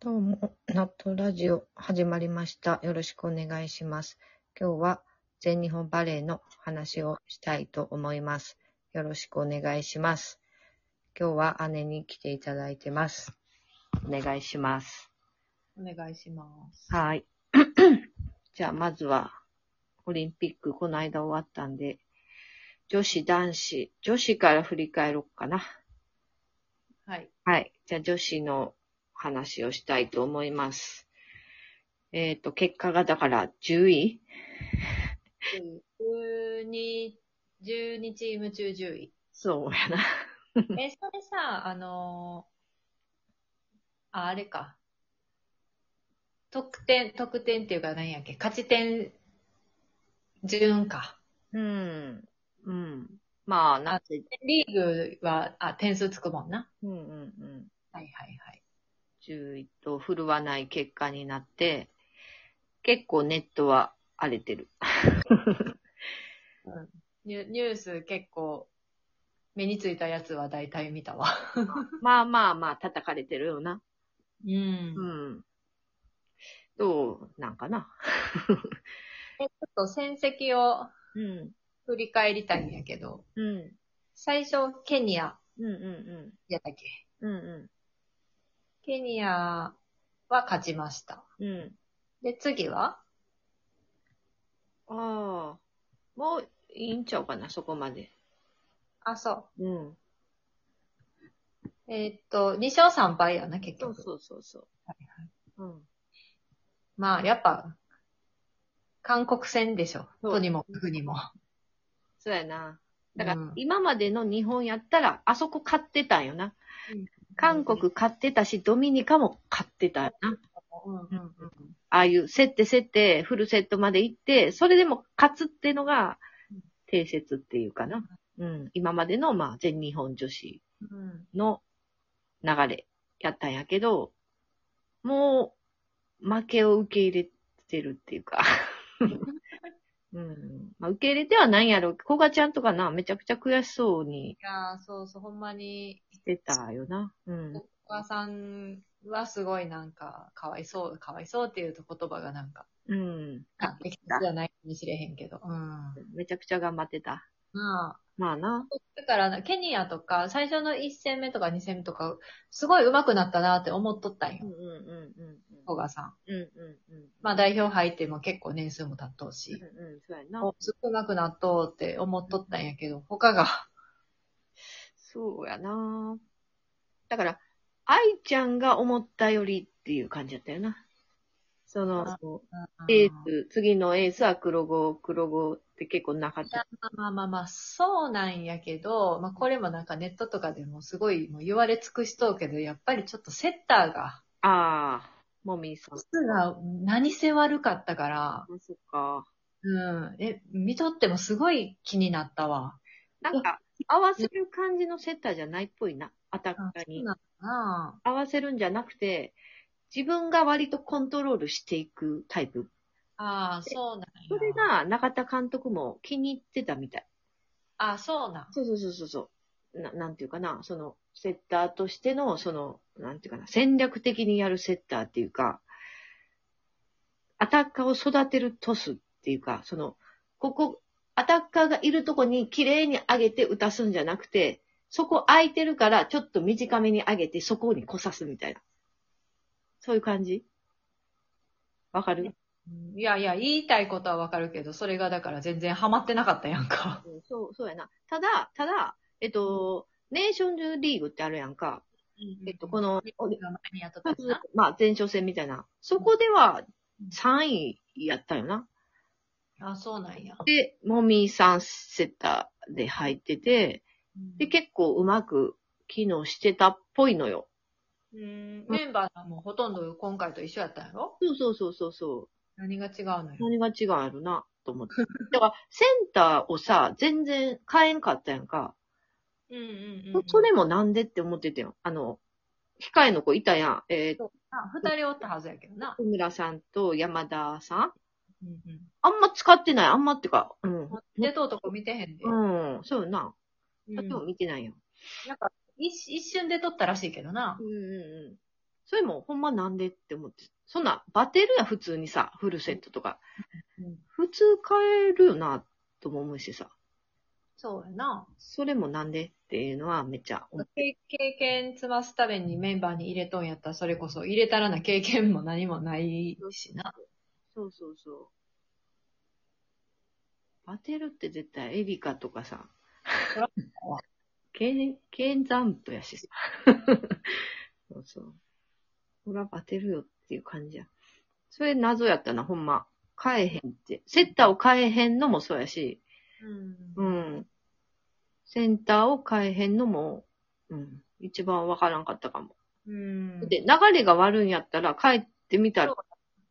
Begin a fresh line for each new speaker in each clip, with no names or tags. どうも、ナットラジオ始まりました。よろしくお願いします。今日は全日本バレーの話をしたいと思います。よろしくお願いします。今日は姉に来ていただいてます。お願いします。
お願いします。
はい。 じゃあ、まずは、オリンピック、この間終わったんで、女子、男子、女子から振り返ろうかな。
はい。
はい。じゃあ、女子の話をしたいと思います。えっ、と、結果がだから10位
12、12チーム中10位。
そうやな。
え、それさ、あのーあ、あれか。得点、得点っていうか何やっけ、勝ち点、順か。
うん。うん。まあ、なんて、
リーグは、あ、点数つくもんな。
うんうんうん。
はいはいはい。
10位と振るわない結果になって、結構ネットは荒れ てる。
ニュニュース結構、目についたやつは大体見たわ。
まあまあまあ、叩かれてるよな。
うん
うん。どうなんかな。
えちょっと戦績を
うん。
振り返りたいんやけど。
うん。
最初、ケニア
うんう
やったっけ
んうん。うん
ケニアは勝ちました。
うん。うん。
で、次は
ああ。もういいんちゃうかな、そこまで。
あ、そ
うん。
う。えーっと、2勝3敗やな、結
そう
局。
そうそうそう。
はい
うん。
まあ、やっぱ、韓国戦でしょ。
そう
とにも、くにも。
そうやな。だから
うん、
今までの日本やったら、あそこ勝ってたんよな
うん。
韓国勝ってたし、ドミニカも勝ってたよな。
うんうんうん。
ああいう、競って競って、フルセットまで行って、それでも勝つっていうのが
うん、
定説っていうかな。うん。今までの、まあ、全日本女子
うん
の流れやったんやけど、もう、負けを受け入れてるっていう か。うん。まあ、受け入れてはないんやろう。こがちゃんとかな、めちゃくちゃ悔しそうに
いやー、そうそう、ほんまに、
してたよな。うん。
お母さんはすごいなんか、かわいそう、かわいそうっていうと言葉がなんか、
うん。
あ、適切じゃないかもしれへんけど。うん。
めちゃくちゃ頑張ってた。
まあ、
まあな。
だからな、ケニアとか、最初の1戦目とか2戦目とか、すごい上手くなったなって思っとったん
うん
よ、
うんうんうんう
小川さん。
ん。うんうんうん。
まあ代表入っても結構年数も経っとう
うん
し、
うん、そうやな
お。すごい上手くなっとうって思っとったんやけど、他が、
そうやな。だから、愛ちゃんが思ったよりっていう感じだったよな。その、
あ
そう
うん
エース、次のエースは黒子、黒子って結構なかっ
いや
た。
まあまあまあ、そうなんやけど、まあこれもなんかネットとかでもすごいもう言われ尽くしとうけど、やっぱりちょっとセッターが、
ああ、もみさん。
質が何せ悪かったから、
あそっか。
うん、え、見とってもすごい気になったわ。
なんか、合わせる感じのセッターじゃないっぽいな。アタッ
あ
カー
そう
に。
なんだな
合わせるんじゃなくて、自分が割とコントロールしていくタイプ。
ああ、そうなんや。
それが中田監督も気に入ってたみたい。
あ、そうなん。
そうそうそうそうそう。ななんていうかな、その、セッターとしての、その、なんていうかな、戦略的にやるセッターっていうか、アタッカーを育てるトスっていうか、その、ここ、アタッカーがいるとこに綺麗に上げて打たすんじゃなくて、そこ空いてるからちょっと短めに上げてそこにこさすみたいな。そういう感じわかる
いやいや、言いたいことはわかるけど、それがだから全然ハマってなかったやんか。
うんそう、そうやな。ただ、ただ、えっと、ネーションズリーグってあるやんか。えっと、こ
の、
の、お
前にやっとったやつな。
まあ、前哨戦みたいな。そこでは
うん
3位やったよな。
あ、そうなんや。
で、もみさんセッターで入ってて、で、結構うまく機能してたっぽいのよ。
うん、メンバーもほとんど今回と一緒やったんやろ
そうそうそうそうそう。
何が違うのよ。
何が違うやろな、と思って。だから、センターをさ、全然変えんかったやんか。
うんうん
それもなんでって思ってたよ。あの、控えの子いたやん。えー、
あ、二人おったはずやけどな。
小村さんと山田さん
うんうん。
あんま使ってない。あんまってか、うん。
出とうとこ見てへんで。
うん、そうよな。
うん
あとは見てないよ。
なんか、一一瞬出とったらしいけどな
う。んうんうん。それもほんまなんでって思って。そんな、バテるやん普通にさ、フルセットとか。
うん
普通変えるよな、とも思うしさ。
そうやな。
それもなんでっていうのはめっちゃ思う。
経経験積ますためにメンバーに入れとんやったら、それこそ入れたらな経験も何もないしな。
そうそうそう。バテるって絶対エリカとか さ
そら、
け剣山部やし さ。そうそう。ほら、バテるよっていう感じや。それ謎やったな、ほんま。変えへんって。セッターを変えへんのもそうやし、
うん
うん。センターを変えへんのも、うん。一番わからんかったかも。
うん
で、流れが悪いんやったら帰ってみたら。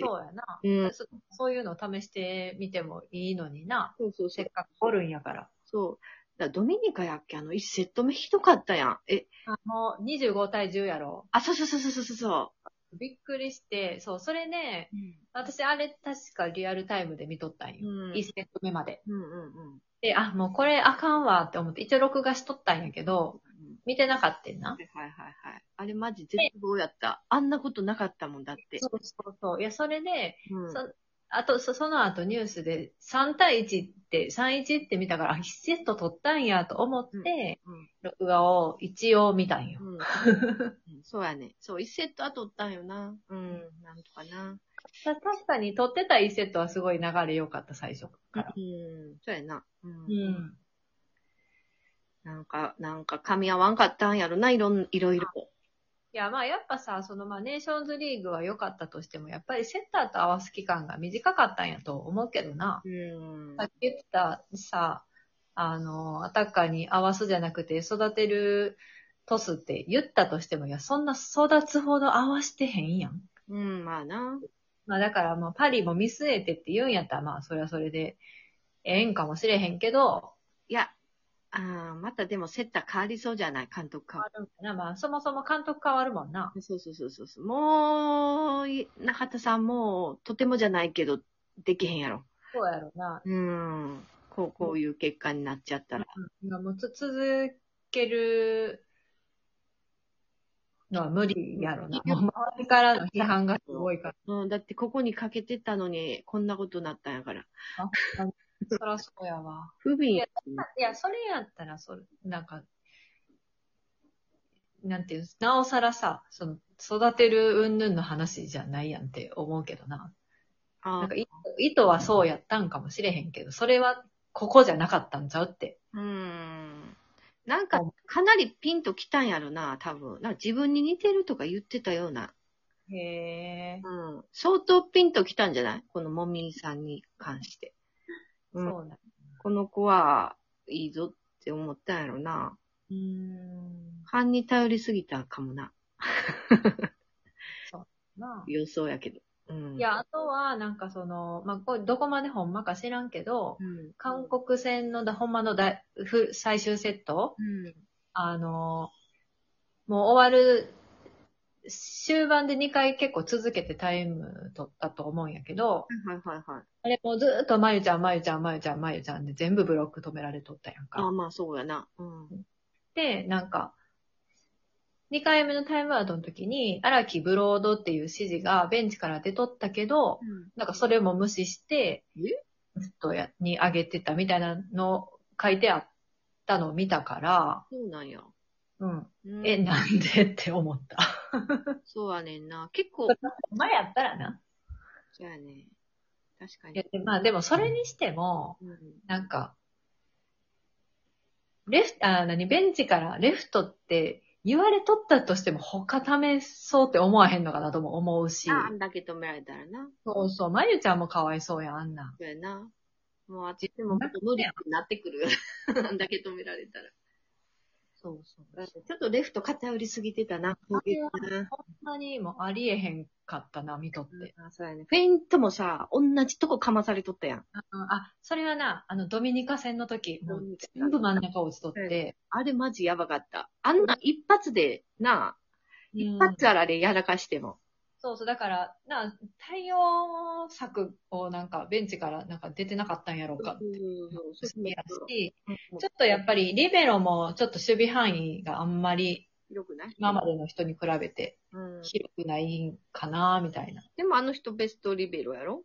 そうやな、
うん。
そ。そういうのを試してみてもいいのにな。
そうそうそ
せ
う
っ。かくおるんやから。
そう。だからドミニカやっけあの、1セット目ひどかったやん。え、
あもう25対10やろ。
あ、そうそうそうそうそうそ
びっくりして、そう、それね、
う。
私あれ確かリアルタイムで見とったんよ。
うん。
1セット目まで。
うんうんうん。
で、あ、もうこれあかんわって思って、一応録画しとったんやけど、見てなかったんな
は。いはいはいはい。あれマジ絶望やった。あんなことなかったもんだって。
そうそうそう。いや、それで、
うん
そあと、そその後ニュースで3対1って、3-1って見たから、あ、1セット取ったんやと思って、
うん
録画を一応見たんよ。
うん うんそうやね。そう、1セットは取ったんよな。うん、なんとかな。
た確かに取ってた1セットはすごい流れ良かった、最初から。
うん、そうやな。うん
うん。
なんか、なんか噛み合わんかったんやろな、いろん、いろいろ。
いや、まあやっぱさ、そのまあネーションズリーグは良かったとしても、やっぱりセッターと合わす期間が短かったんやと思うけどな。
うん
さっき言ってたさ、あの、アタッカーに合わすじゃなくて育てるトスって言ったとしても、いや、そんな育つほど合わしてへんやん。
うん、まあな。
まあだからもうパリも見据えてって言うんやったら、まあそれはそれでええんかもしれへんけど、
いや、あーまたでもセッター変わりそうじゃない、監督変わ
変わるんかな。まあそもそも監督変わるもんな。
そうそうそうそうそう。もう、い中田さんもう、とてもじゃないけど、できへんやろ。
そうやろな。
うん。こう、こういう結果になっちゃったら。
今もうつ続けるのは無理やろな。もう周りからの批判がすごいから。
うん、だってここにかけてたのに、こんなことになったんやから。
そらそうやわ。
不憫。
いや、それやったら、それ、なんか、なんていうのなおさらさ、その、育てる云々の話じゃないやんって思うけどな。
あ
な
あ
んか、意意図はそうやったんかもしれへんけど、それは、ここじゃなかったんちゃうって。
うん。なんか、かなりピンときたんやろな、多分。なんか自分に似てるとか言ってたような。
へえ。
うん。相当ピンときたんじゃないこのもみーさんに関して。
そ
うん
うなん。
この子はいいぞって思ったんやろな。
うーん。
勘に頼りすぎたかもな。
まあ。
予想やけど。うん。
い、や、あとは、なんかその、まあ、これどこまでほんまか知らんけど、
うん。
韓国戦のだ、ほんまのだふ最終セット
うん。
あの、もう終わる、終盤で2回結構続けてタイム取ったと思うんやけど、
はいはいはいはい。
あれもうずーっとまゆちゃん、まゆちゃん、まゆちゃん、まゆちゃんで全部ブロック止められとったやん
あ
か。
まあそうやな。うん。
で、なんか、2回目のタイムアウトの時に、荒木ブロードっていう指示がベンチから出とったけど、なんかそれも無視して、ずっとやに上げてたみたいなの書いてあったのを見たから、
そうなんや。
うん。
うん
え、なんでって思った。
そうやねんな。結構、
前やったらな。
そうやね。確か
いや
に。
でまあでもそれにしても、
うん。
なんか、レフ、あ、何、ベンチからレフトって言われとったとしても他試そうって思わへんのかなとも思うし、
ああんだけ止められたらな。
そうそう、まゆちゃんもかわいそうやん、あんな。
そうやな。もうあっちでももっと無理になって くる。あんだけ止められたら。
そうそう。
ちょっとレフト偏りすぎてたな。攻撃がな
ほんまにもうありえへんかったな、見とって。
あそうやね。フェイントもさ、同じとこかまされとったやん。
うんあ、それはな、あの、ドミニカ戦の時、もう全部真ん中落ちとって、
あれマジやばかった。あんな一発で、なあ、一
うん
発あられやらかしても。
そうそう、だから、な、対応策をなんか、ベンチからなんか出てなかったんやろうかって。好きやし、ちょっとやっぱり、リベロもちょっと守備範囲があんまり
広くない
今までの人に比べて
うん。
広くないんかな、みたいな。
でもあの人ベストリベロやろ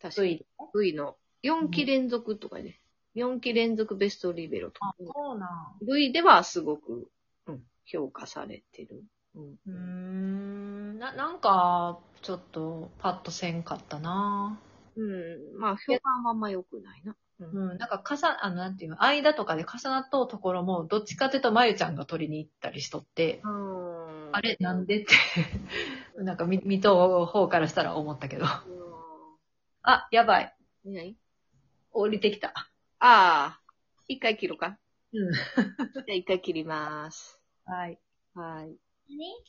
確か
そう
に。V の。4期連続とかね。4期連続ベストリベロとか。
そうなん。
V ではすごく、うん、評価されてる。うん。
うーん、な、なんか、ちょっと、パッとせんかったな。
うん。まあ、評判はあんま良くないな。う。
うんん、なんか、重な、あの、なんていうの、間とかで重なっとうところも、どっちかというと、まゆちゃんが取りに行ったりしとって、
うん、
あれ、なんでって、 なんか見、見とう方からしたら思ったけど。あ、やばい。
うん。何
降りてきた。
ああ。一回切ろうか。
うん
じゃあ一回切ります。
はい。
はい。
何